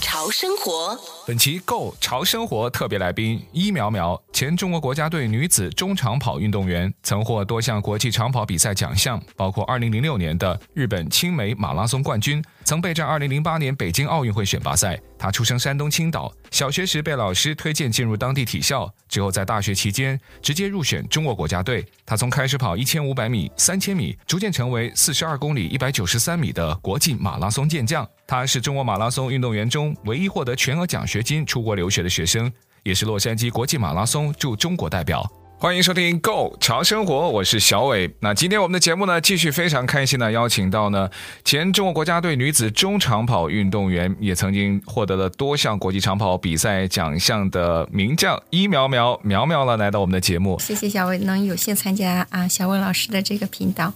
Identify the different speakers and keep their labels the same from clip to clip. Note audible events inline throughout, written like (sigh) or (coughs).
Speaker 1: 潮生活。
Speaker 2: 本期《Go 潮生活》特别来宾伊苗苗，前中国国家队女子中长跑运动员，曾获多项国际长跑比赛奖项，包括2006年的日本青梅马拉松冠军，曾备战2008年北京奥运会选拔赛。她出生山东青岛，小学时被老师推荐进入当地体校，之后在大学期间直接入选中国国家队。她从开始跑1500米、3000米，逐渐成为42公里、193米的国际马拉松健将。她是中国马拉松运动员中唯一获得全额奖学金出国留学的学生，也是洛杉矶国际马拉松驻中国代表。欢迎收听《Go 潮生活》，我是小伟。那今天我们的节目呢，继续非常开心的邀请到呢前中国国家队女子中长跑运动员，也曾经获得了多项国际长跑比赛奖项的名将伊苗苗苗苗了，来到我们的节目。
Speaker 3: 谢谢小伟能有幸参加啊小伟老师的这个频道。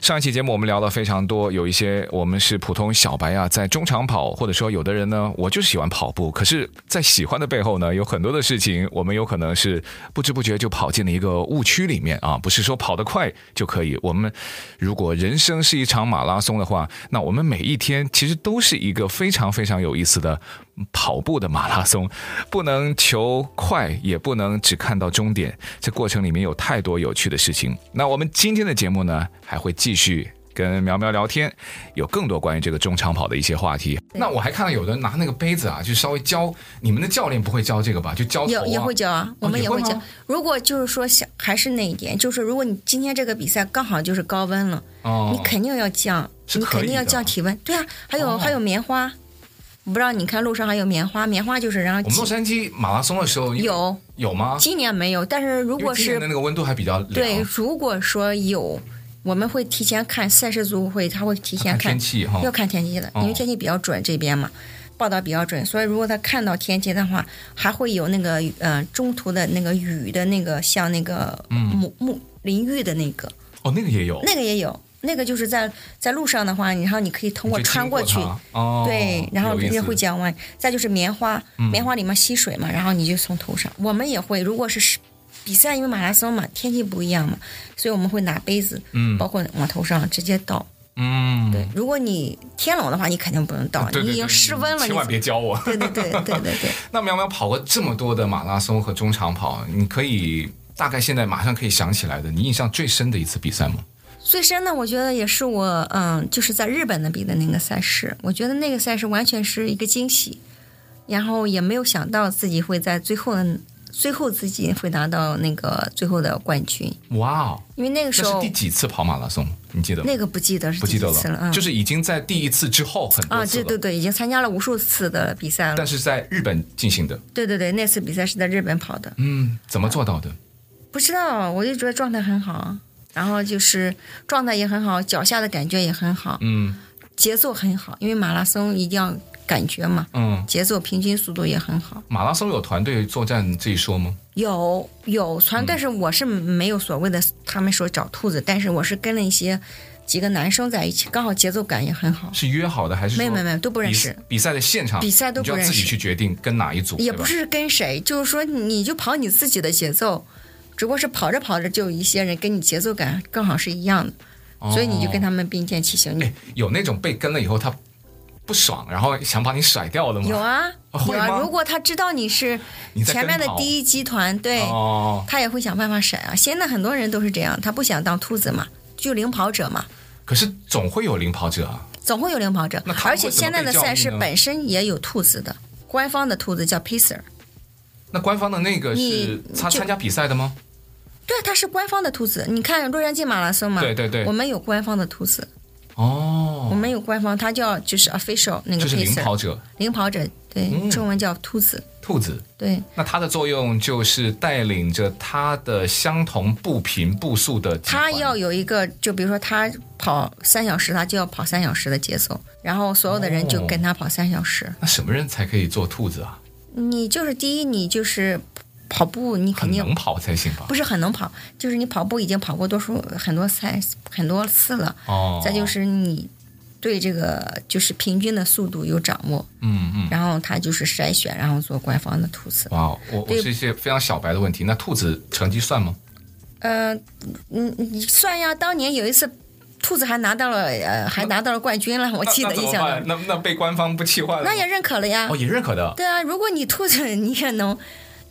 Speaker 2: 上一期节目我们聊了非常多，有一些我们是普通小白啊，在中长跑，或者说有的人呢，我就是喜欢跑步，可是，在喜欢的背后呢，有很多的事情，我们有可能是不知不觉就跑进了一个误区里面啊，不是说跑得快就可以。我们如果人生是一场马拉松的话，那我们每一天其实都是一个非常非常有意思的跑步的马拉松， (laughs) 不能求快，也不能只看到终点。这过程里面有太多有趣的事情。那我们今天的节目呢，还会继续跟苗苗聊天，有更多关于这个中长跑的一些话题。那我还看到有人拿那个杯子啊，就稍微教你们的教练不会教这个吧？就教头
Speaker 3: 有
Speaker 2: 啊，
Speaker 3: 也会教啊，我们
Speaker 2: 也
Speaker 3: 也
Speaker 2: 会
Speaker 3: 会教。
Speaker 2: 吗
Speaker 3: 如果就是说想，还是那一点，就是如果你今天这个比赛刚好就是高温了，
Speaker 2: 哦，
Speaker 3: 你肯定要降，
Speaker 2: 是
Speaker 3: 你
Speaker 2: 可以
Speaker 3: 肯定要
Speaker 2: 的
Speaker 3: 降体温。对啊，还有、
Speaker 2: 哦
Speaker 3: 还有棉花，我不知道你看路上还有棉花，棉花就是然后
Speaker 2: 我们洛
Speaker 3: 今
Speaker 2: 杉矶马拉松的时候
Speaker 3: 有
Speaker 2: 有吗？
Speaker 3: 今年没有，但是如
Speaker 2: 因
Speaker 3: 果
Speaker 2: 为今年
Speaker 3: 是
Speaker 2: 的那个温度还比较凉，
Speaker 3: 对，如果说有，我们会提前看赛事组会，他会提前
Speaker 2: 啊看
Speaker 3: 看
Speaker 2: 天气哈。
Speaker 3: 要看天气的，
Speaker 2: 哦
Speaker 3: 因为天气比较准这边嘛，报道比较准，所以如果他看到天气的话，还会有那个呃中途的那个雨的那个像那个
Speaker 2: 嗯
Speaker 3: 沐沐淋浴的那个，
Speaker 2: 哦，那个也有，
Speaker 3: 那个也有，那个就是在在路上的话，然后你可以通过
Speaker 2: 你就
Speaker 3: 穿
Speaker 2: 经
Speaker 3: 过去。
Speaker 2: 它哦，
Speaker 3: 对，然后
Speaker 2: 有意
Speaker 3: 直接
Speaker 2: 思嗯
Speaker 3: 会降温。再就是棉花，棉花里面吸水嘛，然后你就从头上。我们也会，如果是是比赛，因为马拉松嘛，天气不一样嘛，所以我们会拿杯子，
Speaker 2: 嗯
Speaker 3: 包括往头上直接倒。
Speaker 2: 嗯，
Speaker 3: 对，如果你天冷的话，你肯定不能倒，
Speaker 2: 对对
Speaker 3: 哦你已经
Speaker 2: 对
Speaker 3: 室温了，
Speaker 2: 千万
Speaker 3: 你
Speaker 2: 别教我。
Speaker 3: 对对对对对
Speaker 2: (laughs)
Speaker 3: 对。
Speaker 2: 那苗苗跑过这么多的马拉松和中长跑，你可以大概现在马上可以想起来的，你印象最深的一次比赛吗？
Speaker 3: 最深的，我觉得也是我，嗯，就是在日本的比的那个赛事，我觉得那个赛事完全是一个惊喜，然后也没有想到自己会在最后的最后自己会拿到那个最后的冠军，
Speaker 2: 哇哦，
Speaker 3: 因为那个时
Speaker 2: 那是
Speaker 3: 候
Speaker 2: 第几次跑马拉松？你记得吗？
Speaker 3: 那个不记得是
Speaker 2: 不记
Speaker 3: 几
Speaker 2: 得
Speaker 3: 次了，嗯，
Speaker 2: 就是已经在第一次之后很多
Speaker 3: 啊，
Speaker 2: 次
Speaker 3: 对
Speaker 2: 了，
Speaker 3: 对对，已经参加了无数次的比赛了
Speaker 2: 但，是在日本进行的，
Speaker 3: 对对对，那次比赛是在日本跑的，
Speaker 2: 嗯，怎么做到的？
Speaker 3: 不知道，我就觉得状态很好，然后就是状态也很好，脚下的感觉也很好，
Speaker 2: 嗯
Speaker 3: 节奏很好，因为马拉松一定要感觉嘛，
Speaker 2: 嗯，
Speaker 3: 节奏平均速度也很好。
Speaker 2: 马拉松有团队作战这一说吗？
Speaker 3: 有有
Speaker 2: 嗯
Speaker 3: 传，但是我是没有所谓的他们说找兔子，但是我是跟了一些几个男生在一起，刚好节奏感也很好。
Speaker 2: 是约好的还是说
Speaker 3: 没有没有没有都不认识
Speaker 2: 比比赛的现场，
Speaker 3: 比赛都
Speaker 2: 你
Speaker 3: 不
Speaker 2: 就要自
Speaker 3: 认
Speaker 2: 己
Speaker 3: 识
Speaker 2: 去决定跟哪一组，
Speaker 3: 也
Speaker 2: 对
Speaker 3: 不
Speaker 2: 吧
Speaker 3: 是跟谁，就是说你就跑你自己的节奏，只不过是跑着跑着就有一些人跟你节奏感刚好是一样的，所以你就跟
Speaker 2: 哦
Speaker 3: 他们并肩齐行。你
Speaker 2: 哎，有那种被跟了以后他不爽，然后想把你甩掉的吗？
Speaker 3: 有啊
Speaker 2: 哦会
Speaker 3: 有啊，
Speaker 2: 吗
Speaker 3: 如果他知道你是
Speaker 2: 你在
Speaker 3: 前面的
Speaker 2: 跟跑
Speaker 3: 第一集团，对，
Speaker 2: 哦，
Speaker 3: 他也会想办法闪啊。现在很多人都是这样，他不想当秃子嘛，就领跑者嘛，
Speaker 2: 可是总会有领跑者啊。
Speaker 3: 总会有领跑者
Speaker 2: 那他。们
Speaker 3: 而且现在的赛事
Speaker 2: 会怎么被教育呢
Speaker 3: 本身也有兔子的，官方的兔子叫 pacer，
Speaker 2: 那官方的那个是
Speaker 3: 你
Speaker 2: 他
Speaker 3: 就
Speaker 2: 参加比赛的吗？
Speaker 3: 对啊，它是官方的兔子。你看洛杉矶马拉松嘛，
Speaker 2: 对对对
Speaker 3: 我们有官方的兔子，我
Speaker 2: 哦，
Speaker 3: 们有官方，它叫就是 official 那个
Speaker 2: 就是领
Speaker 3: pacer，
Speaker 2: 跑者
Speaker 3: 领跑者，
Speaker 2: 嗯
Speaker 3: 对，中文叫兔子，
Speaker 2: 兔子。
Speaker 3: 对。
Speaker 2: 那它的作用就是带领着它的相同步频步速的集团
Speaker 3: 他要有一个，就比如说他跑三小时，他就要跑三小时的节奏，然后所有的人就
Speaker 2: 哦
Speaker 3: 跟他跑三小时。
Speaker 2: 那什么人才可以做兔子啊？
Speaker 3: 你就是第一，你就是跑步你肯
Speaker 2: 很
Speaker 3: 定
Speaker 2: 能跑才行吧
Speaker 3: 不？是很能跑，就是你跑步已经跑过多数很多赛很多次了，
Speaker 2: 哦，
Speaker 3: 再就是你对这个就是平均的速度有掌握，
Speaker 2: 嗯嗯，
Speaker 3: 然后它就是筛选，然后做官方的突刺。
Speaker 2: 哇，我我
Speaker 3: 对
Speaker 2: 是一些非常小白的问题。那兔子成绩算吗？
Speaker 3: 呃，你你算呀，当年有一次。兔子还拿到了，呃，还拿到了冠军了，我记得
Speaker 2: 那那怎
Speaker 3: 印
Speaker 2: 么
Speaker 3: 象
Speaker 2: 办
Speaker 3: 中。
Speaker 2: 那那被官方不气坏了吗？
Speaker 3: 那也认可了呀。
Speaker 2: 哦也认可的
Speaker 3: 对啊，如果你兔子， (laughs) 你也能，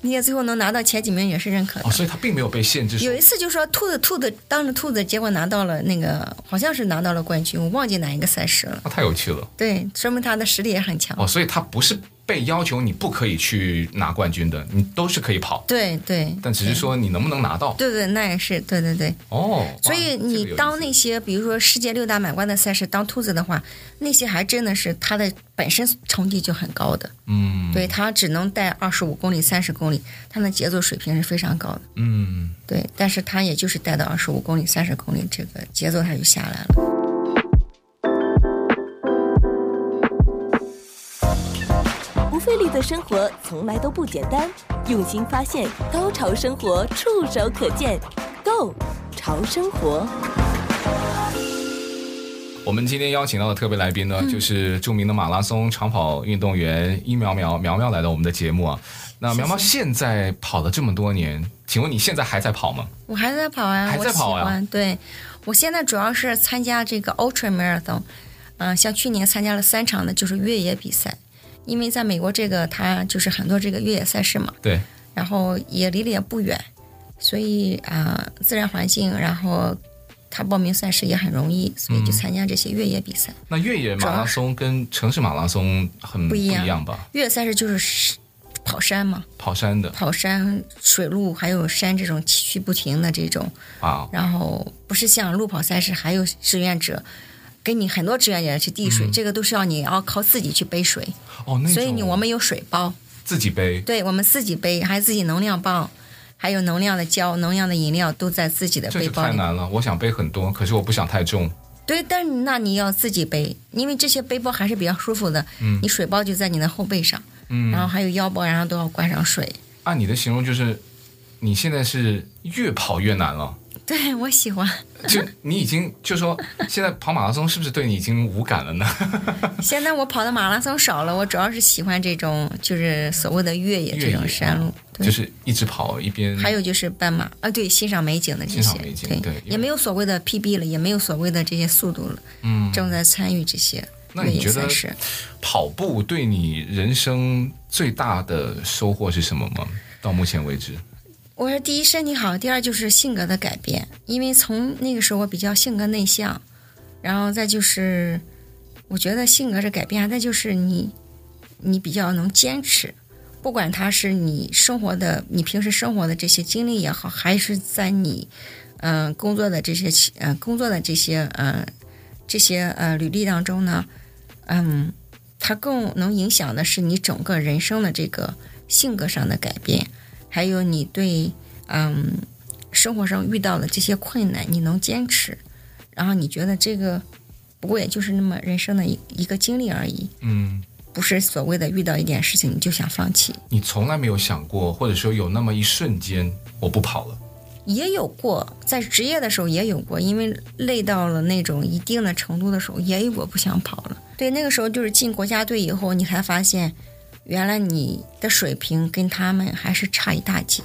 Speaker 3: 你也最后能拿到前几名，也是认可的。
Speaker 2: 哦，所以他并没有被限制说
Speaker 3: 有一次就说兔子兔子当着兔子，结果拿到了那个好像是拿到了冠军，我忘记哪一个赛事了。
Speaker 2: 那太有趣了
Speaker 3: 对，说明他的实力也很强。
Speaker 2: 哦，所以他不是被要求你不可以去拿冠军的，你都是可以跑，
Speaker 3: 对对，
Speaker 2: 但只是说你能不能拿到
Speaker 3: 对对，那也是对对对。
Speaker 2: 哦。哇
Speaker 3: 所以
Speaker 2: 这个有
Speaker 3: 你
Speaker 2: 意
Speaker 3: 当
Speaker 2: 思
Speaker 3: 那些比如说世界六大满贯的赛事当兔子的话，那些还真的是他的本身成绩就很高的，
Speaker 2: 嗯
Speaker 3: 对他只能带二十五公里、三十公里，他的节奏水平是非常高的。
Speaker 2: 嗯，
Speaker 3: 对，但是他也就是带到二十五公里、三十公里这个节奏，他就下来了。
Speaker 1: 不费力的生活从来都不简单，用心发现，高潮生活触手可见 g o 潮生活。
Speaker 2: 我们今天邀请到的特别来宾
Speaker 3: 嗯
Speaker 2: 呢，就是著名的马拉松长跑运动员一苗苗苗苗来到我们的节目啊。那苗苗现在跑了这么多年，请问你现在还在跑吗？
Speaker 3: 我还在跑啊，
Speaker 2: 还在跑啊
Speaker 3: 我喜欢。对，我现在主要是参加这个 Ultra Marathon，嗯、像去年参加了三场的就是越野比赛，因为在美国这个它就是很多这个越野赛事嘛，
Speaker 2: 对，
Speaker 3: 然后也离得也不远，所以啊、自然环境，然后它报名赛事也很容易，所以
Speaker 2: 嗯
Speaker 3: 就参加这些越野比赛。
Speaker 2: 那越野马拉松跟城市马拉松很
Speaker 3: 不一样
Speaker 2: 吧？
Speaker 3: 越野赛事就是跑山嘛。
Speaker 2: 跑山的
Speaker 3: 跑山、水路还有山这种崎岖不停的这种，
Speaker 2: 啊，
Speaker 3: 然后不是像路跑赛事还有志愿者，给你很多志愿者去递水，这个都是要你要靠自己去背水，
Speaker 2: 嗯哦，那种
Speaker 3: 所以你我们有水包，
Speaker 2: 自己背
Speaker 3: 对我们自己背，还有自己能量棒，还有能量的胶、能量的饮料都在自己的
Speaker 2: 这
Speaker 3: 背
Speaker 2: 就
Speaker 3: 包
Speaker 2: 太
Speaker 3: 里。
Speaker 2: 难了。我想背很多，可是我不想太重。
Speaker 3: 对，但是那你要自己背，因为这些背包还是比较舒服的。
Speaker 2: 嗯
Speaker 3: 你水包就在你的后背上，然后还有腰包，然后都要灌上水。
Speaker 2: 按啊你的形容，就是你现在是越跑越难了。
Speaker 3: 对我喜欢。
Speaker 2: 就你已经就说现在跑马拉松是不是对你已经无感了呢？
Speaker 3: 现在我跑的马拉松少了，我主要是喜欢这种就是所谓的越野
Speaker 2: 越
Speaker 3: 这
Speaker 2: 野
Speaker 3: 种山路，对。
Speaker 2: 就是一直跑一边
Speaker 3: 还有就是斑马啊，对，欣赏美景的这
Speaker 2: 欣
Speaker 3: 些
Speaker 2: 赏美，景对因为
Speaker 3: 也没有所谓的 PB 了，也没有所谓的这些速度了，
Speaker 2: 嗯，
Speaker 3: 正在参与这些
Speaker 2: 那
Speaker 3: 越
Speaker 2: 你
Speaker 3: 野
Speaker 2: 觉得
Speaker 3: 赛事。
Speaker 2: 跑步对你人生最大的收获是什么吗？到目前为止，
Speaker 3: 我说第一身体好，第二就是性格的改变，因为从那个时候我比较性格内向，然后再就是我觉得性格是改变，啊再就是你你比较能坚持，不管它是你生活的你平时生活的这些经历也好，还是在你嗯、呃工作的这些嗯、呃、工作的这些呃这些呃履历当中呢，嗯，它更能影响的是你整个人生的这个性格上的改变。还有你对嗯生活上遇到的这些困难，你能坚持，然后你觉得这个不过也就是那么人生的一一个经历而已，
Speaker 2: 嗯，
Speaker 3: 不是所谓的遇到一点事情你就想放弃，
Speaker 2: 你从来没有想过，或者说有那么一瞬间我不跑了，
Speaker 3: 也有过在职业的时候也有过，因为累到了那种一定的程度的时候，也有过不想跑了。对，那个时候就是进国家队以后，你才发现，原来你的水平跟他们还是差一大截。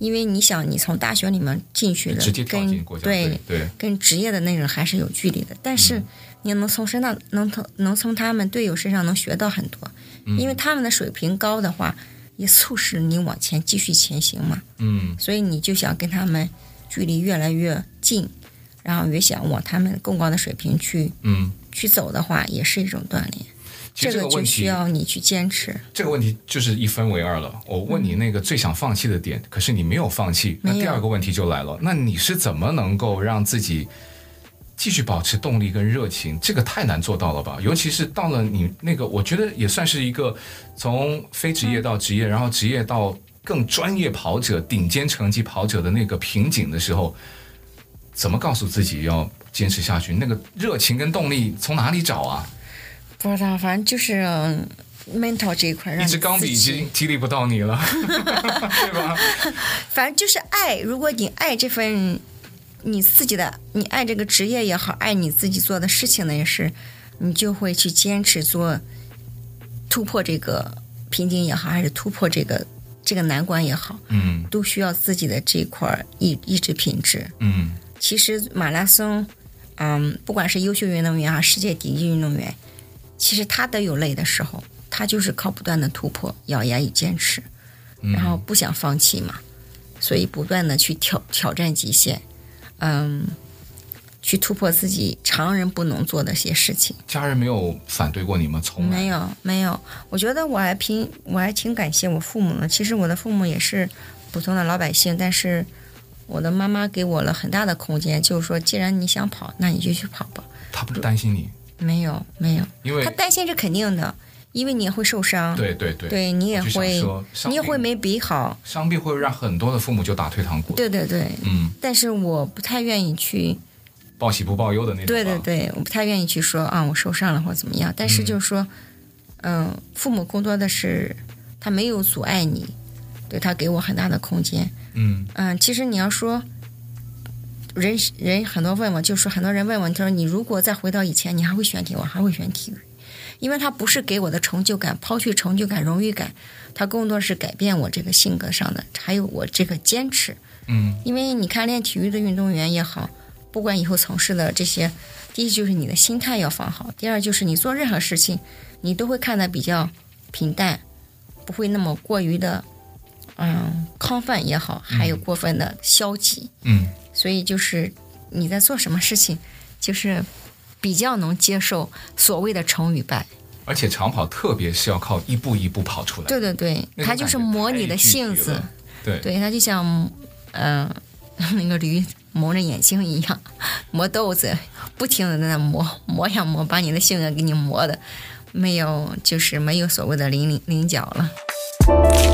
Speaker 3: 因为你想，你从大学里面进去的，
Speaker 2: 直接跳进
Speaker 3: 跟
Speaker 2: 国家队，对，
Speaker 3: 跟职业的那种还是有距离的，但是
Speaker 2: 嗯
Speaker 3: 你能从身上能从能从他们队友身上能学到很多，
Speaker 2: 嗯
Speaker 3: 因为他们的水平高的话，也促使你往前继续前行嘛，
Speaker 2: 嗯，
Speaker 3: 所以你就想跟他们距离越来越近，然后也想往他们更高的水平去
Speaker 2: 嗯，
Speaker 3: 去走的话，也是一种锻炼，
Speaker 2: 其实这
Speaker 3: 个
Speaker 2: 个
Speaker 3: 就
Speaker 2: 问
Speaker 3: 需
Speaker 2: 题，
Speaker 3: 要你去坚持。
Speaker 2: 这个问题就是一分为二了。我问你那个最想放弃的点，可是你没有放弃，那
Speaker 3: 嗯没有
Speaker 2: 第二个问题就来了，那你是怎么能够让自己继续保持动力跟热情？这个太难做到了吧？尤其是到了你那个，我觉得也算是一个从非职业到职业，然后职业到更专业跑者、顶尖成绩跑者的那个瓶颈的时候，怎么告诉自己要坚持下去？那个热情跟动力从哪里找啊？
Speaker 3: 不知道，反正就是嗯 mental 这一块，让
Speaker 2: 一
Speaker 3: 你
Speaker 2: 支钢笔已
Speaker 3: 自己
Speaker 2: 经激励不到你了，对吧？
Speaker 3: 反正就是爱。如果你爱这份你自己的，你爱这个职业也好，爱你自己做的事情呢，也是，你就会去坚持做，突破这个瓶颈也好，还是突破这个这个难关也好，
Speaker 2: 嗯
Speaker 3: 都需要自己的这一块儿意意志品质。
Speaker 2: 嗯
Speaker 3: 其实马拉松，嗯，不管是优秀运动员啊，世界顶级运动员，其实他都有累的时候，他就是靠不断的突破，咬牙与坚持，
Speaker 2: 嗯
Speaker 3: 然后不想放弃嘛，所以不断的去挑挑战极限，嗯，去突破自己常人不能做的一些事情。
Speaker 2: 家人没有反对过你吗？从来
Speaker 3: 没有没有，我觉得我还平我还挺感谢我父母的。其实我的父母也是普通的老百姓，但是我的妈妈给我了很大的空间，就是说，既然你想跑，那你就去跑吧。
Speaker 2: 他不是担心你，
Speaker 3: 没有没有，
Speaker 2: 因为
Speaker 3: 他担心是肯定的，因为你也会受伤，
Speaker 2: 对对对，
Speaker 3: 对你也
Speaker 2: 我就想
Speaker 3: 会
Speaker 2: 说伤
Speaker 3: 你也
Speaker 2: 病
Speaker 3: 会没比好，
Speaker 2: 伤病会让很多的父母就打退堂鼓，
Speaker 3: 对对对。
Speaker 2: 嗯，
Speaker 3: 但是我不太愿意去，
Speaker 2: 报喜不报忧的那种吧，
Speaker 3: 对对对，我不太愿意去说啊，我受伤了或怎么样。但是就是说，嗯、父母更多的是他没有阻碍你，对他给我很大的空间。
Speaker 2: 嗯
Speaker 3: 嗯，其实你要说，人人很多问我，就是很多人问我，他说你如果再回到以前，你还会选体育？我还会选体育，因为它不是给我的成就感，抛去成就感、荣誉感，它更多是改变我这个性格上的，还有我这个坚持。
Speaker 2: 嗯
Speaker 3: 因为你看，练体育的运动员也好，不管以后从事的这些，第一就是你的心态要放好，第二就是你做任何事情，你都会看得比较平淡，不会那么过于的，嗯，亢奋也好，还有过分的消极。
Speaker 2: 嗯，
Speaker 3: 所以就是你在做什么事情，就是比较能接受所谓的成与败。
Speaker 2: 而且长跑特别是要靠一步一步跑出来，
Speaker 3: 对对对，
Speaker 2: 那种
Speaker 3: 他就是
Speaker 2: 感觉
Speaker 3: 磨你
Speaker 2: 太
Speaker 3: 的
Speaker 2: 具
Speaker 3: 性
Speaker 2: 体
Speaker 3: 子
Speaker 2: 了，对
Speaker 3: 对，他就像嗯、呃那个驴蒙着眼睛一样磨豆子，不停的在那磨磨呀磨，把你的性格给你磨的没有，就是没有所谓的棱棱棱角了。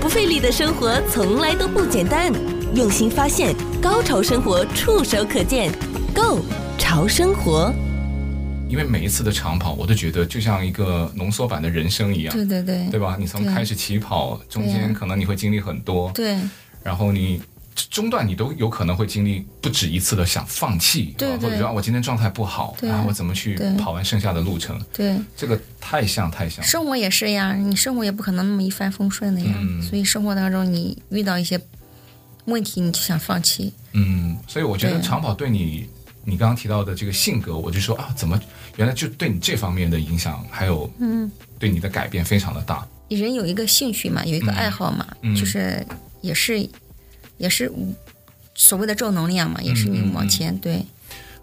Speaker 1: 不费力的生活从来都不简单，用心发现，高潮生活触手可见 Go 潮生活。
Speaker 2: 因为每一次的长跑，我都觉得就像一个浓缩版的人生一样，
Speaker 3: 对对对
Speaker 2: 对吧？你从
Speaker 3: 对
Speaker 2: 开始起跑，中
Speaker 3: 对
Speaker 2: 间
Speaker 3: 啊
Speaker 2: 可能你会经历很多，
Speaker 3: 对
Speaker 2: 然后你中段你都有可能会经历不止一次的想放弃，
Speaker 3: 对
Speaker 2: 啊
Speaker 3: 对
Speaker 2: 或者说啊我今天状态不好，
Speaker 3: 对
Speaker 2: 啊我怎么去
Speaker 3: 对
Speaker 2: 跑完剩下的路程？
Speaker 3: 对，
Speaker 2: 这个太像太像，
Speaker 3: 生活也是呀，你生活也不可能那么一帆风顺的呀。
Speaker 2: 嗯
Speaker 3: 所以生活当中你遇到一些问题，你就想放弃。
Speaker 2: 嗯，所以我觉得
Speaker 3: 对
Speaker 2: 长跑对你。你刚刚提到的这个性格，我就说啊，怎么原来就对你这方面的影响，还有
Speaker 3: 嗯，
Speaker 2: 对你的改变非常的大。
Speaker 3: 人有一个兴趣嘛，有一个爱好嘛，
Speaker 2: 嗯
Speaker 3: 就是也是也是所谓的正能
Speaker 2: 嗯
Speaker 3: 量嘛，也是你往前、对。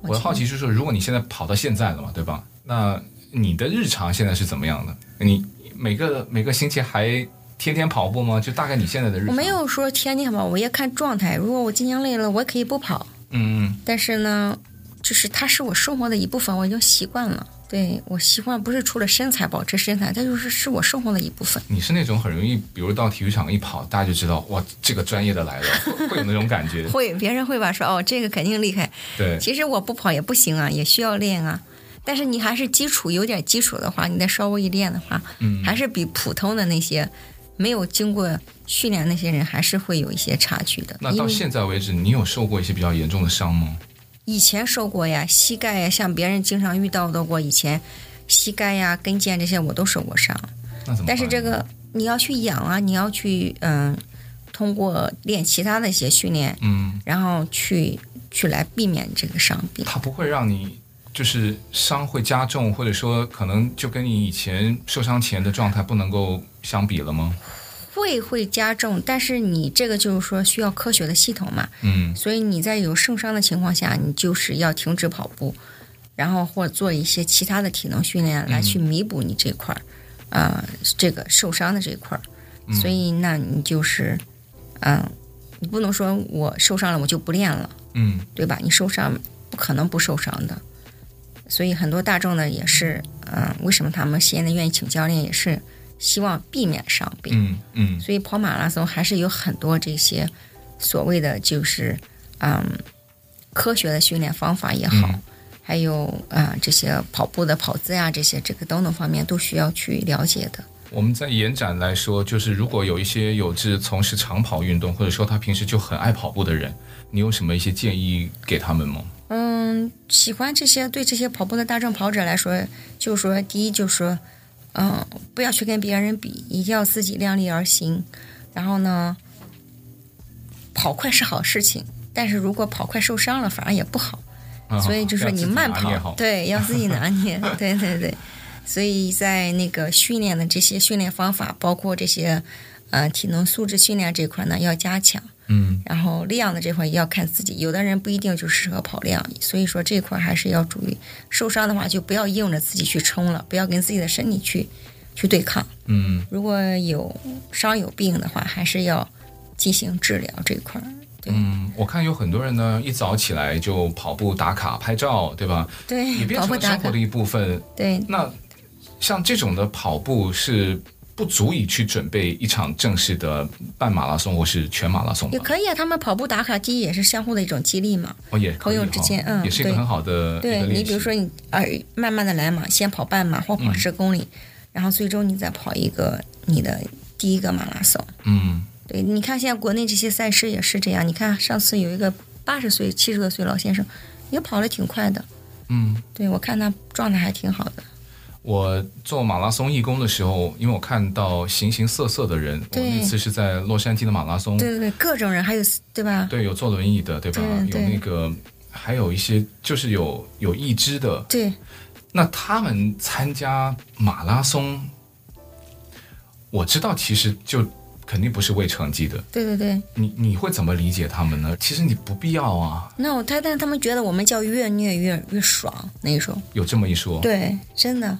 Speaker 2: 我好奇就是说，如果你现在跑到现在了嘛，对吧？那你的日常现在是怎么样的？你每个每个星期还天天跑步吗？就大概你现在的日常？
Speaker 3: 我没，有说天天跑，我也看状态。如果我今天累了，我也可以不跑。
Speaker 2: 嗯，
Speaker 3: 但是呢，就是它是我生活的一部分，我已经习惯了。对我习惯不是除了身材保持身材，它就是是我生活的一部分。。
Speaker 2: 你是那种很容易，比如到体育场一跑，大家就知道哇，这个专业的来了，会会有那种感觉
Speaker 3: 会，别人会吧说哦，这个肯定厉害。
Speaker 2: 对，
Speaker 3: 其实我不跑也不行啊，也需要练啊。但是你还是基础有点基础的话，你再稍微一练的话，
Speaker 2: 嗯
Speaker 3: 还是比普通的那些没有经过训练那些人还是会有一些差距的。
Speaker 2: 那
Speaker 3: 因
Speaker 2: 到
Speaker 3: 为
Speaker 2: 现在为止，你有受过一些比较严重的伤吗？
Speaker 3: 以前受过呀，膝盖呀，像别人经常遇到的过，以前膝盖呀、跟腱这些我都受过伤。
Speaker 2: 那怎么办呢？
Speaker 3: 但是这个你要去养啊，你要去嗯，通过练其他的一些训练，
Speaker 2: 嗯，
Speaker 3: 然后去去来避免这个伤病。
Speaker 2: 它不会让你。就是伤会加重，或者说可能就跟你以前受伤前的状态不能够相比了吗？
Speaker 3: 会会加重，但是你这个就是说需要科学的系统嘛，
Speaker 2: 嗯
Speaker 3: 所以你在有受伤的情况下，你就是要停止跑步，然后或做一些其他的体能训练来去弥补你这块儿，呃，这个受伤的这一块儿。所以那你就是，嗯、你不能说我受伤了我就不练了，
Speaker 2: 嗯
Speaker 3: 对吧？你受伤不可能不受伤的，所以很多大众呢也是，嗯、为什么他们现在愿意请教练，也是希望避免伤病。
Speaker 2: 嗯嗯
Speaker 3: 所以跑马拉松还是有很多这些所谓的就是嗯科学的训练方法也好，
Speaker 2: 嗯
Speaker 3: 还有啊、呃这些跑步的跑姿呀、啊这些这个等等方面都需要去了解的。
Speaker 2: 我们在延展来说，就是如果有一些有志从事长跑运动，或者说他平时就很爱跑步的人，你有什么一些建议给他们吗？
Speaker 3: 嗯，喜欢这些对这些跑步的大众跑者来说，就是说第一就是说，嗯，不要去跟别人比，一定要自己量力而行。然后呢，跑快是好事情，但是如果跑快受伤了，反而也不好。所以就是
Speaker 2: 啊要
Speaker 3: 说
Speaker 2: 自己
Speaker 3: 你慢
Speaker 2: 拿捏好
Speaker 3: 跑，对，要
Speaker 2: (laughs)
Speaker 3: 自己拿捏，对对对。所以在那个训练的这些训练方法，包括这些呃体能素质训练这块呢，要加强。
Speaker 2: 嗯
Speaker 3: 然后量的这块也要看自己，有的人不一定就适合跑量，所以说这块还是要注意。受伤的话，就不要硬着自己去冲了，不要跟自己的身体去去对抗。
Speaker 2: 嗯
Speaker 3: 如果有伤有病的话，还是要进行治疗这块儿。对、
Speaker 2: 嗯，我看有很多人呢，一早起来就跑步打卡拍照，对吧？也
Speaker 3: 对，
Speaker 2: 变
Speaker 3: 跑
Speaker 2: 成
Speaker 3: 步
Speaker 2: 了
Speaker 3: 打
Speaker 2: 生
Speaker 3: 卡
Speaker 2: 活的，一部分。
Speaker 3: 对
Speaker 2: 那像这种的跑步是不足以去准备一场正式的半马拉松或是全马拉松
Speaker 3: 也
Speaker 2: 吧？
Speaker 3: 可以啊。他们跑步打卡，第一也是相互的一种激励嘛。
Speaker 2: 哦，也可以
Speaker 3: 朋友
Speaker 2: 哈
Speaker 3: 之间嗯
Speaker 2: 也是一个
Speaker 3: 对
Speaker 2: 很好的一
Speaker 3: 对
Speaker 2: 个练习。
Speaker 3: 你比如说你啊，慢慢的来嘛，先跑半马或跑
Speaker 2: 嗯
Speaker 3: 十公里，然后最终你再跑一个你的第一个马拉松。
Speaker 2: 嗯
Speaker 3: 对，你看现在国内这些赛事也是这样。你看上次有一个八十岁、七十多岁老先生，也跑得挺快的。
Speaker 2: 嗯。
Speaker 3: 对我看他状态还挺好的。
Speaker 2: 我做马拉松义工的时候，因为我看到形形色色的人，我
Speaker 3: 对
Speaker 2: 那次是在洛杉矶的马拉松，
Speaker 3: 对对对，各种人还有对吧？
Speaker 2: 对有坐轮椅的，对吧？
Speaker 3: 对
Speaker 2: 有
Speaker 3: 对
Speaker 2: 那个，还有一些就是有有义肢的，
Speaker 3: 对，
Speaker 2: 那他们参加马拉松，我知道其实就肯定不是为成绩的，
Speaker 3: 对对对。
Speaker 2: 你你会怎么理解他们呢？其实你不必要啊，
Speaker 3: 那我他但他们觉得我们叫越虐越越爽那种。
Speaker 2: 有这么一说，
Speaker 3: 对，真的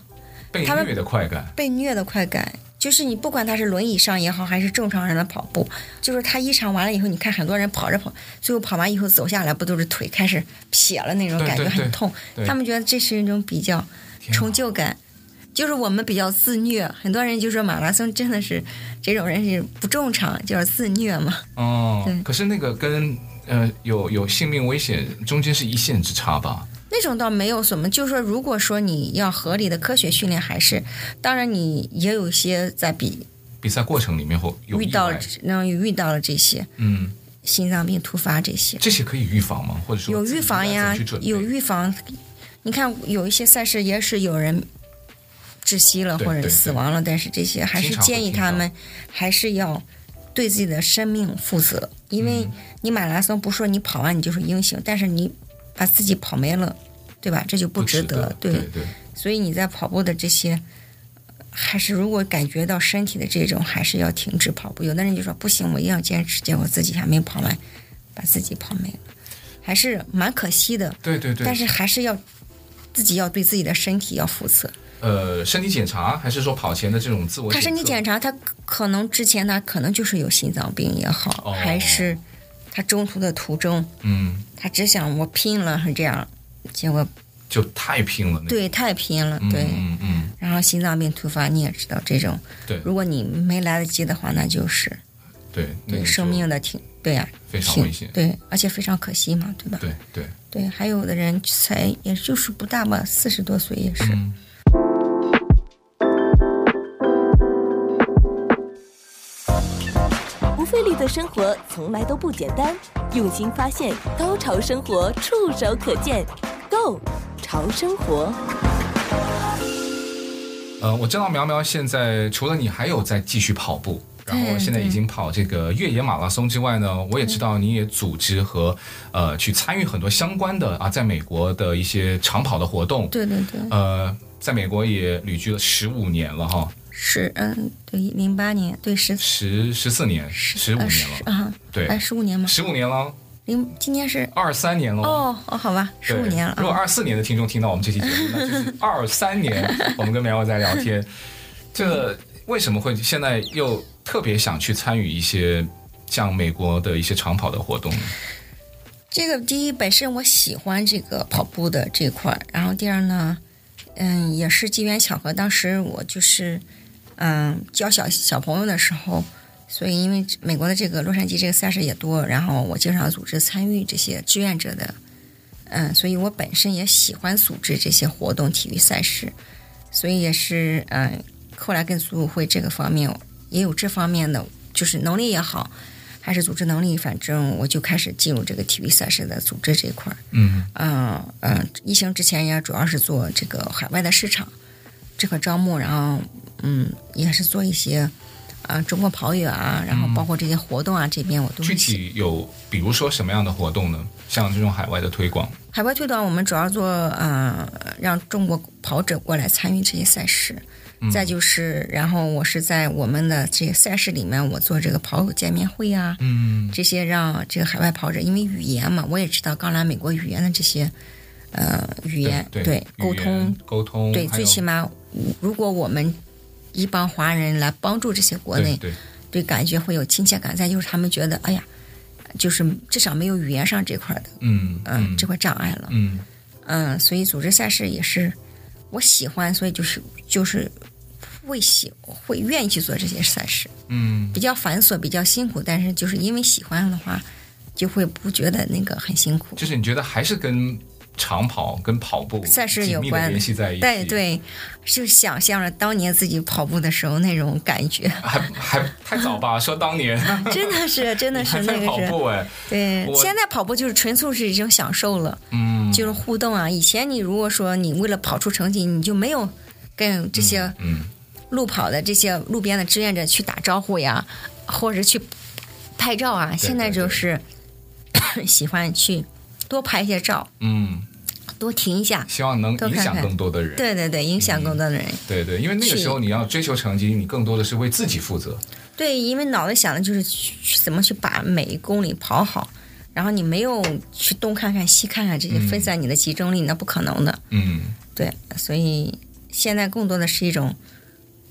Speaker 2: 被
Speaker 3: 他们
Speaker 2: 虐的快感，
Speaker 3: 被虐的快感。就是你不管他是轮椅上也好，还是正常人的跑步，就是他一场完了以后，你看很多人跑着跑，最后跑完以后走下来，不都是腿开始撇了那种
Speaker 2: 对
Speaker 3: 感觉，
Speaker 2: 对对
Speaker 3: 很痛
Speaker 2: 对。
Speaker 3: 他们觉得这是一种比较，
Speaker 2: 天哪
Speaker 3: 成就感。就是我们比较自虐，很多人就说马拉松真的是这种人是不正常，就是自虐嘛。
Speaker 2: 哦
Speaker 3: 对，
Speaker 2: 可是那个跟呃有有性命危险中间是一线之差吧？
Speaker 3: 那种倒没有什么，就是说，如果说你要合理的科学训练，还是当然你也有一些在比
Speaker 2: 比赛过程里面会有
Speaker 3: 遇
Speaker 2: 意
Speaker 3: 到
Speaker 2: 外
Speaker 3: 了，让遇到了这些
Speaker 2: 嗯，
Speaker 3: 心脏病突发这些，
Speaker 2: 这些可以预防吗？或者说
Speaker 3: 有
Speaker 2: 自己
Speaker 3: 预防
Speaker 2: 应该
Speaker 3: 呀
Speaker 2: 怎么去准，备
Speaker 3: 有预防。你看有一些赛事也是有人窒息了
Speaker 2: 对
Speaker 3: 或者
Speaker 2: 对
Speaker 3: 死亡了，但是这些还是
Speaker 2: 经常会
Speaker 3: 建议
Speaker 2: 听
Speaker 3: 他
Speaker 2: 到
Speaker 3: 们还是要对自己的生命负责，因
Speaker 2: 嗯
Speaker 3: 为你马拉松不是说你跑完你就是英雄，但是你把自己跑没了，对吧？这就不
Speaker 2: 不
Speaker 3: 值
Speaker 2: 得，
Speaker 3: 对，
Speaker 2: 对对，
Speaker 3: 所以你在跑步的这些。呃还是如果感觉到身体的这种，还是要停止跑步。有的人就说不行，我一定要坚持，结果自己还没跑完，把自己跑没了，还是蛮可惜的。
Speaker 2: 对对对。
Speaker 3: 但是还是要自己要对自己的身体要负责。
Speaker 2: 呃，身体检查还是说跑前的这种自我
Speaker 3: 他身体
Speaker 2: 测
Speaker 3: 检查，他可能之前他可能就是有心脏病也好，
Speaker 2: 哦
Speaker 3: 还是他中途的途中，
Speaker 2: 嗯，
Speaker 3: 他只想我拼了是这样，结果
Speaker 2: 就太拼了，那个，
Speaker 3: 对太拼了，
Speaker 2: 嗯
Speaker 3: 对，
Speaker 2: 嗯嗯，
Speaker 3: 然后心脏病突发你也知道，这种
Speaker 2: 对
Speaker 3: 如果你没来得及的话，那就是
Speaker 2: 对，那
Speaker 3: 对
Speaker 2: 个
Speaker 3: 生
Speaker 2: 就
Speaker 3: 命的挺对呀、
Speaker 2: 非常
Speaker 3: 挺
Speaker 2: 危险，
Speaker 3: 对，而且非常可惜嘛，对吧？
Speaker 2: 对对，
Speaker 3: 对，还有的人才也就是不大吧，四十多岁也是。
Speaker 2: 嗯。
Speaker 1: 不费力的生活从来都不简单，用心发现，高潮生活触手可见 g o 潮生活。
Speaker 2: 呃，我知道苗苗现在除了你还有在继续跑步，然后
Speaker 3: 对
Speaker 2: 现在已
Speaker 3: 对
Speaker 2: 经跑这个越野马拉松之外呢，我也知道你也组织和呃去参与很多相关的啊，在美国的一些长跑的活动，
Speaker 3: 对对对，
Speaker 2: 呃，在美国也旅居了十五年了哈，
Speaker 3: 十嗯，对，零八年，对十
Speaker 2: 十十四年，十五
Speaker 3: 呃
Speaker 2: 年
Speaker 3: 十
Speaker 2: 了，
Speaker 3: 啊，哎，
Speaker 2: 对，
Speaker 3: 十五年吗？
Speaker 2: 十五年了，
Speaker 3: 零今年是
Speaker 2: 二三年了。
Speaker 3: 哦哦，好吧，十五
Speaker 2: 对
Speaker 3: 年了
Speaker 2: 如果
Speaker 3: 啊，
Speaker 2: 二四年的听众听到我们这期节目，那就是
Speaker 3: (laughs)
Speaker 2: 二三年我们跟苗苗在聊天。这为什么会现在又特别想去参与一些像美国的一些长跑的活动呢？
Speaker 3: 这个第一，本身我喜欢这个跑步的这一块儿，然后第二呢，嗯，也是机缘巧合，当时我就是嗯教小小朋友的时候，所以因为美国的这个洛杉矶这个赛事也多，然后我经常组织参与这些志愿者的，嗯，所以我本身也喜欢组织这些活动、体育赛事，所以也是嗯，后来跟组委会这个方面也有这方面的，就是能力也好。还是组织能力，反正我就开始进入这个体育赛事的组织这一块儿。
Speaker 2: 嗯
Speaker 3: 嗯嗯，疫情之前也主要是做这个海外的市场这块招募，然后嗯也是做一些啊、中国跑友啊，然后包括这些活动啊，这边我都
Speaker 2: 具
Speaker 3: 是
Speaker 2: 体有比如说什么样的活动呢？像这种海外的推广，
Speaker 3: 海外推广，我们主要做呃，让中国跑者过来参与这些赛事。
Speaker 2: 嗯
Speaker 3: 再就是，然后我是在我们的这个赛事里面，我做这个跑友见面会啊，
Speaker 2: 嗯，
Speaker 3: 这些让这个海外跑者，因为语言嘛，我也知道刚来美国语言的这些呃语言
Speaker 2: 对
Speaker 3: 沟
Speaker 2: 语言
Speaker 3: 通，
Speaker 2: 沟通，
Speaker 3: 对，
Speaker 2: 还
Speaker 3: 最
Speaker 2: 有
Speaker 3: 起码如果我们一帮华人来帮助这些国内
Speaker 2: 对，对
Speaker 3: 对感觉会有亲切感，再就是他们觉得哎呀，就是至少没有语言上这块的
Speaker 2: 嗯
Speaker 3: 嗯
Speaker 2: 嗯
Speaker 3: 这块障碍了。
Speaker 2: 嗯
Speaker 3: 嗯，所以组织赛事也是我喜欢，所以就是就是会喜会愿意去做这些赛事，
Speaker 2: 嗯
Speaker 3: 比较繁琐，比较辛苦，但是就是因为喜欢的话，就会不觉得那个很辛苦。
Speaker 2: 就是你觉得还是跟长跑跟跑步
Speaker 3: 赛事有
Speaker 2: 紧密地
Speaker 3: 关
Speaker 2: 联系在一起，
Speaker 3: 对，对，就想象着当年自己跑步的时候那种感
Speaker 2: (laughs)
Speaker 3: 觉，
Speaker 2: 还还太早吧？说当年
Speaker 3: 真的是，真的是
Speaker 2: 还
Speaker 3: 啊那
Speaker 2: 在
Speaker 3: 个
Speaker 2: 跑
Speaker 3: 是，
Speaker 2: 步哎，
Speaker 3: 对。
Speaker 2: 我
Speaker 3: 现在跑步就是纯粹是一种享受了，
Speaker 2: 嗯，
Speaker 3: 就是互动啊。以前你如果说你为了跑出成绩，你就没有跟这些
Speaker 2: 嗯
Speaker 3: 路跑的这些路边的志愿者去打招呼呀，或者去拍照啊。现在就是 (coughs) 喜欢去多拍一些照，
Speaker 2: 嗯，
Speaker 3: 多停一下。
Speaker 2: 希望能
Speaker 3: 多
Speaker 2: 影
Speaker 3: 看
Speaker 2: 响
Speaker 3: 看
Speaker 2: 更多的人。
Speaker 3: 对对对，影响更多的人。
Speaker 2: 对对，因为那个
Speaker 3: 是
Speaker 2: 时候你要追求成绩，你更多的是为自己负责。
Speaker 3: 对，因为脑袋想的就是去去怎么去把每一公里跑好，然后你没有去东看看西看看这些分散你的集中力，那不可能的。
Speaker 2: 嗯，
Speaker 3: 对，所以现在更多的是一种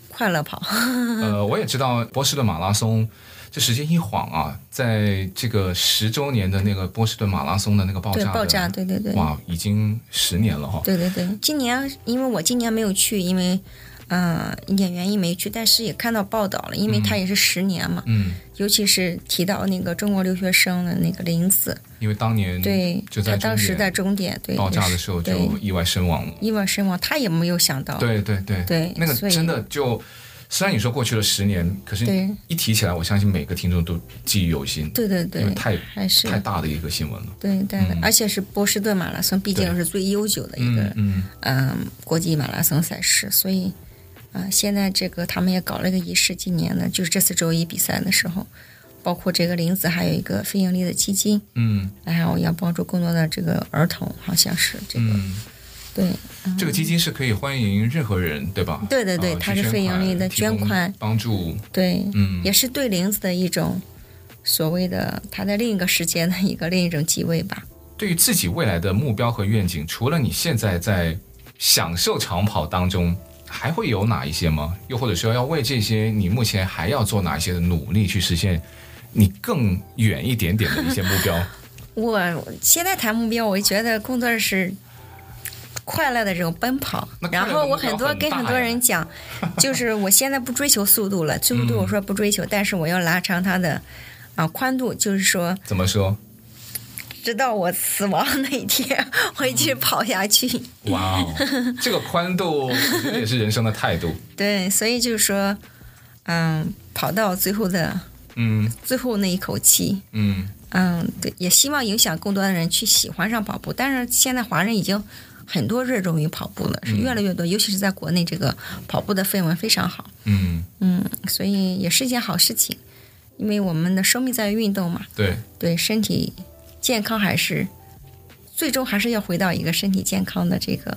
Speaker 3: 快乐跑。嗯
Speaker 2: 呃，我也知道波士顿马拉松，这时间一晃啊，在这个十周年的那个波士顿马拉松的那个爆
Speaker 3: 对
Speaker 2: 炸的，
Speaker 3: 爆炸，对对对，
Speaker 2: 哇，已经十年了哈、
Speaker 3: 对对对。今年因为我今年没有去，因为嗯一点原因没去，但是也看到报道了，因为它也是十年嘛，
Speaker 2: 嗯，
Speaker 3: 尤其是提到那个中国留学生的那个林子，
Speaker 2: 因为当年
Speaker 3: 对，
Speaker 2: 嗯就
Speaker 3: 他
Speaker 2: 在
Speaker 3: 当
Speaker 2: 终
Speaker 3: 时
Speaker 2: 点
Speaker 3: 在终点对
Speaker 2: 爆炸
Speaker 3: 也
Speaker 2: 的
Speaker 3: 是
Speaker 2: 时候
Speaker 3: 对
Speaker 2: 就意外身亡了。
Speaker 3: 意外身亡，他也没有想到。
Speaker 2: 对对对
Speaker 3: 对
Speaker 2: 那个
Speaker 3: 所以
Speaker 2: 真的就，虽然你说过去了十年，可是
Speaker 3: 对
Speaker 2: 一提起来，我相信每个听众都记忆犹新，
Speaker 3: 对对
Speaker 2: 因为
Speaker 3: 对，
Speaker 2: 太
Speaker 3: 还是
Speaker 2: 太大的一个新闻了。
Speaker 3: 对对的，而且是波士顿马拉松，毕竟
Speaker 2: 对
Speaker 3: 是最悠久的一个
Speaker 2: 嗯嗯
Speaker 3: 嗯、国际马拉松赛事，所以啊、呃现在这个他们也搞了一个仪式，今年呢，就是这次周一比赛的时候，包括这个林子还有一个非盈利的基金，
Speaker 2: 嗯
Speaker 3: 然后要帮助更多的这个儿童，好像是这个、
Speaker 2: 嗯，
Speaker 3: 对
Speaker 2: 这个基金是可以欢迎任何人，对吧？
Speaker 3: 嗯对对对
Speaker 2: 啊
Speaker 3: 它
Speaker 2: 去
Speaker 3: 是非盈利的
Speaker 2: 提供
Speaker 3: 捐款
Speaker 2: 帮助。
Speaker 3: 对，
Speaker 2: 嗯
Speaker 3: 也是对林子的一种所谓的他在另一个时间的一个另一种继位吧。
Speaker 2: 对于自己未来的目标和愿景，除了你现在在享受长跑当中，还会有哪一些吗？又或者说，要为这些你目前还要做哪一些的努力去实现你更远一点点的一些目标？
Speaker 3: 我现在谈目标，我觉得工作是快乐的这种奔跑
Speaker 2: 那。快乐
Speaker 3: 然
Speaker 2: 的
Speaker 3: 后
Speaker 2: 目
Speaker 3: 我
Speaker 2: 标
Speaker 3: 很多
Speaker 2: 很
Speaker 3: 跟
Speaker 2: 大
Speaker 3: 很多
Speaker 2: 呀
Speaker 3: 人讲，就是我现在不追求速度了，速度我说不追求，但是我要拉长它的啊宽度，就是说
Speaker 2: 怎么说？
Speaker 3: 直到我死亡那一天，我一直跑下去。
Speaker 2: (laughs) 哇哦，这个宽度我觉得也是人生的态度。
Speaker 3: 对，所以就是说，嗯，跑到最后的
Speaker 2: (laughs) 嗯
Speaker 3: 最后那一口气，
Speaker 2: 嗯
Speaker 3: 嗯，对，也希望影响更多的人去喜欢上跑步。但是现在华人已经很多热衷于跑步
Speaker 2: 嗯
Speaker 3: 了，是越来越多，尤其是在国内，这个跑步的氛围非常好，
Speaker 2: 嗯，
Speaker 3: 嗯，所以也是一件好事情，因为我们的生命在于运动嘛，
Speaker 2: 对，
Speaker 3: 对身体健康还是最终还是要回到一个身体健康的这个，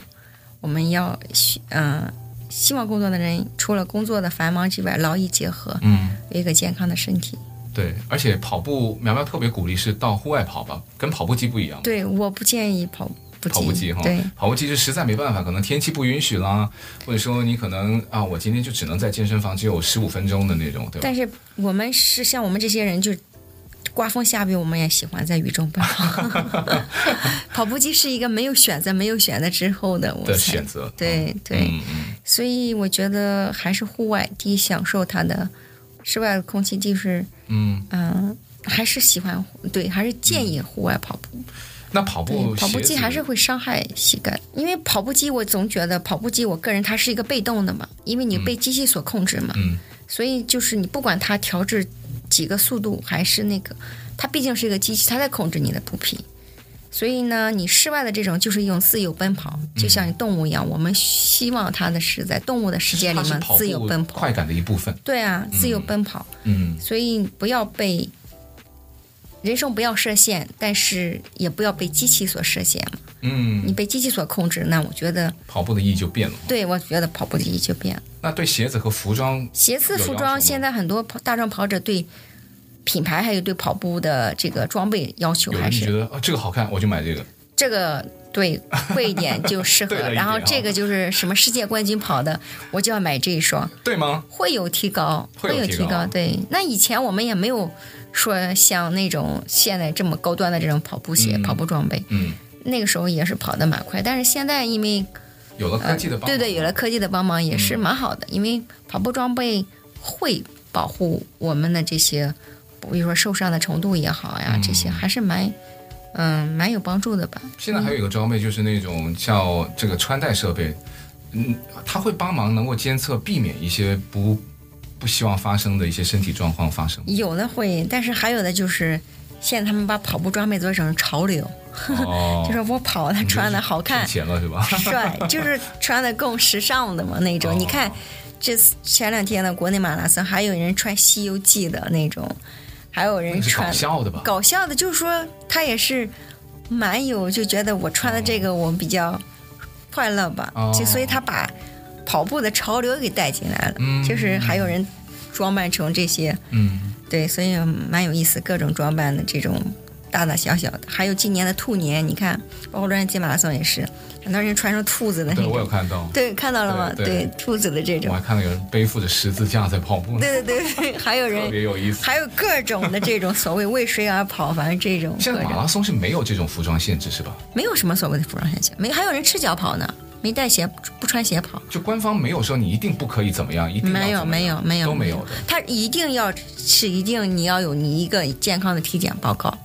Speaker 3: 我们要希嗯、希望更多的人除了工作的繁忙之外，劳逸结合，
Speaker 2: 嗯。
Speaker 3: 有一个健康的身体。
Speaker 2: 对，而且跑步苗苗特别鼓励是到户外跑吧，跟跑步机不一样。
Speaker 3: 对，我不建议跑步机，
Speaker 2: 跑步机哈
Speaker 3: 对，
Speaker 2: 跑步机是实在没办法，可能天气不允许啦，或者说你可能啊，我今天就只能在健身房只有十五分钟的那种，对吧
Speaker 3: 但？是我们是像我们这些人，就是刮风下雨，我们也喜欢在雨中奔
Speaker 2: (laughs)
Speaker 3: 跑。 (laughs) 跑步机是一个没有选择、没有选择之后的我
Speaker 2: 的
Speaker 3: 才
Speaker 2: 选择
Speaker 3: 对对、
Speaker 2: 嗯嗯，
Speaker 3: 所以我觉得还是户外第一，享受它的室外的空气，就是
Speaker 2: 嗯，
Speaker 3: 嗯、还是喜欢对，还是建议户外跑步。
Speaker 2: 那跑步
Speaker 3: 对，跑步
Speaker 2: 鞋
Speaker 3: 机
Speaker 2: 子
Speaker 3: 还是会伤害膝盖，因为跑步机我总觉得跑步机，我个人它是一个被动的嘛，因为你被机器所控制嘛。
Speaker 2: 嗯
Speaker 3: 所以就是你不管它调制几个速度，还是那个，它毕竟是一个机器，它在控制你的步频。所以呢，你室外的这种就是一种自由奔跑，就
Speaker 2: 嗯
Speaker 3: 像动物一样，我们希望它的是在动物的世界里
Speaker 2: 它是
Speaker 3: 面
Speaker 2: 跑
Speaker 3: 自由
Speaker 2: 步
Speaker 3: 奔跑。
Speaker 2: 快感的一部分，
Speaker 3: 对啊，自由奔跑。
Speaker 2: 嗯
Speaker 3: 所以不要被人生不要设限，但是也不要被机器所设限嘛。
Speaker 2: 嗯，
Speaker 3: 你被机器所控制，那我觉得，
Speaker 2: 跑步的意义就变了。
Speaker 3: 对我觉得跑步机就变了。
Speaker 2: 那对鞋子和服装，
Speaker 3: 鞋子、
Speaker 2: 有
Speaker 3: 服
Speaker 2: 要求吗
Speaker 3: 装，现在很多跑大众跑者对品牌还有对跑步的这个装备要求
Speaker 2: 有
Speaker 3: 还
Speaker 2: 人觉
Speaker 3: 是
Speaker 2: 得啊这个好看，我就买这个，
Speaker 3: 这个对贵一点就适
Speaker 2: (laughs)
Speaker 3: 合
Speaker 2: 对了一，点
Speaker 3: 然后
Speaker 2: 啊
Speaker 3: 这个就是什么世界冠军跑的，我就要买这一双，
Speaker 2: 对吗？
Speaker 3: 会有提高，
Speaker 2: 会有
Speaker 3: 有
Speaker 2: 提
Speaker 3: 提
Speaker 2: 高
Speaker 3: 高。对，那以前我们也没有说像那种现在这么高端的这种跑步鞋、
Speaker 2: 嗯
Speaker 3: 跑步装备，
Speaker 2: 嗯，
Speaker 3: 那个时候也是跑得蛮快，但是现在因为
Speaker 2: 有了科技的帮
Speaker 3: 呃
Speaker 2: 忙
Speaker 3: 对
Speaker 2: 嗯
Speaker 3: 对，有了科技的帮忙也是蛮好的，因为跑步装备会保护我们的这些，比如说受伤的程度也好呀，这些还是蛮，嗯，蛮有帮助的吧。。
Speaker 2: 现在还有一个装备，就是那种叫这个穿戴设备，嗯，它会帮忙能够监测，避免一些不不希望发生的一些身体状况发生
Speaker 3: 有的会，但是还有的就是，现在他们把跑步装备做成潮流，
Speaker 2: 哦
Speaker 3: (laughs)
Speaker 2: 嗯
Speaker 3: 就是我跑了穿的好看
Speaker 2: 挣、钱了是吧？ (laughs)
Speaker 3: 帅，就是穿的更时尚的嘛那种。
Speaker 2: 哦
Speaker 3: 你看，这次前两天的国内马拉松，还有人穿《西游记》的那种，还有人
Speaker 2: 那是搞
Speaker 3: (laughs) 穿
Speaker 2: 笑的吧？
Speaker 3: 搞笑的，就是说他也是蛮有，就觉得我穿的这个我比较快乐吧，
Speaker 2: 哦
Speaker 3: 就所以他把跑步的潮流给带进来了，
Speaker 2: 嗯
Speaker 3: 就是还有人装扮成这些，
Speaker 2: 嗯，
Speaker 3: 对，所以蛮有意思，各种装扮的这种大大小小的，还有今年的兔年，你看，包括洛杉矶马拉松也是，很多人穿成兔子的那
Speaker 2: 对我有
Speaker 3: 种，
Speaker 2: 看到，
Speaker 3: (laughs) 对，看到了吗？
Speaker 2: 对对
Speaker 3: 兔子的这
Speaker 2: 我
Speaker 3: 种
Speaker 2: 还，看到有人背负着十字架在跑步呢，
Speaker 3: 对对对对，还有
Speaker 2: 特
Speaker 3: 人。
Speaker 2: 别有
Speaker 3: (laughs)
Speaker 2: 意思。
Speaker 3: 还有各种的这种所谓为谁而跑，反正这种
Speaker 2: 现在
Speaker 3: 各种
Speaker 2: 马拉松是没有这种服装限制是吧？
Speaker 3: 没有什么所谓的服装限制，没还有人赤脚跑呢，没带鞋不穿鞋跑，
Speaker 2: 就官方没有说你一定不可以怎么样，一定要
Speaker 3: 没有
Speaker 2: 怎么
Speaker 3: 没有
Speaker 2: 样
Speaker 3: 没有
Speaker 2: 都没有的。
Speaker 3: 他一定要是一定你要有你一个健康的体检报告，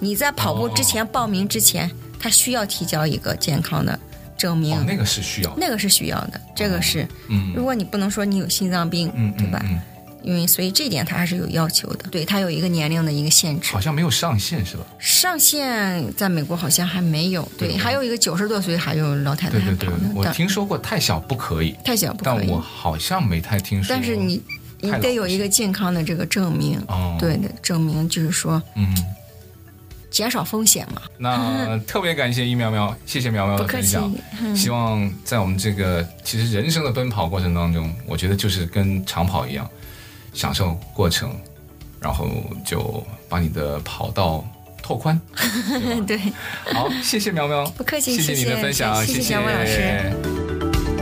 Speaker 3: 你在跑步之前、报名之前，他需要提交一个健康的证明，
Speaker 2: 哦，那个是需要的，
Speaker 3: 嗯那个是需要的，这个是、
Speaker 2: 嗯
Speaker 3: 如果你不能说你有心脏病，
Speaker 2: 嗯
Speaker 3: 对吧？
Speaker 2: 嗯嗯，
Speaker 3: 因为所以这点他还是有要求的，对他有一个年龄的一个限制
Speaker 2: 好，像没有上限是吧？
Speaker 3: 上限在美国好像还没有，对，
Speaker 2: 对
Speaker 3: 还有一个九十多岁还有老太太
Speaker 2: 对对
Speaker 3: 还
Speaker 2: 对
Speaker 3: 跑呢，，
Speaker 2: 我
Speaker 3: 但
Speaker 2: 听说过太小不可以，
Speaker 3: 太小不可以。
Speaker 2: 但我好像没太听说。
Speaker 3: 但是你你
Speaker 2: 太老
Speaker 3: 得有一
Speaker 2: 不
Speaker 3: 个健康的这个证明，
Speaker 2: 哦，
Speaker 3: 对，的，证明就是说
Speaker 2: 嗯，
Speaker 3: 减少风险嘛， (laughs)
Speaker 2: 那特别感谢一苗苗，谢谢苗苗
Speaker 3: 不
Speaker 2: 的
Speaker 3: 客
Speaker 2: 分
Speaker 3: 气嗯
Speaker 2: 享。。希望在我们这个其实人生的奔跑过程当中，我觉得就是跟长跑一样，享受过程，然后就把你的跑道拓宽。对吧
Speaker 3: (laughs) 嗯，对，
Speaker 2: 好，谢谢苗苗，
Speaker 3: 不客气，
Speaker 2: 谢你的分享，
Speaker 3: 谢
Speaker 2: 谢
Speaker 3: 小薇老师。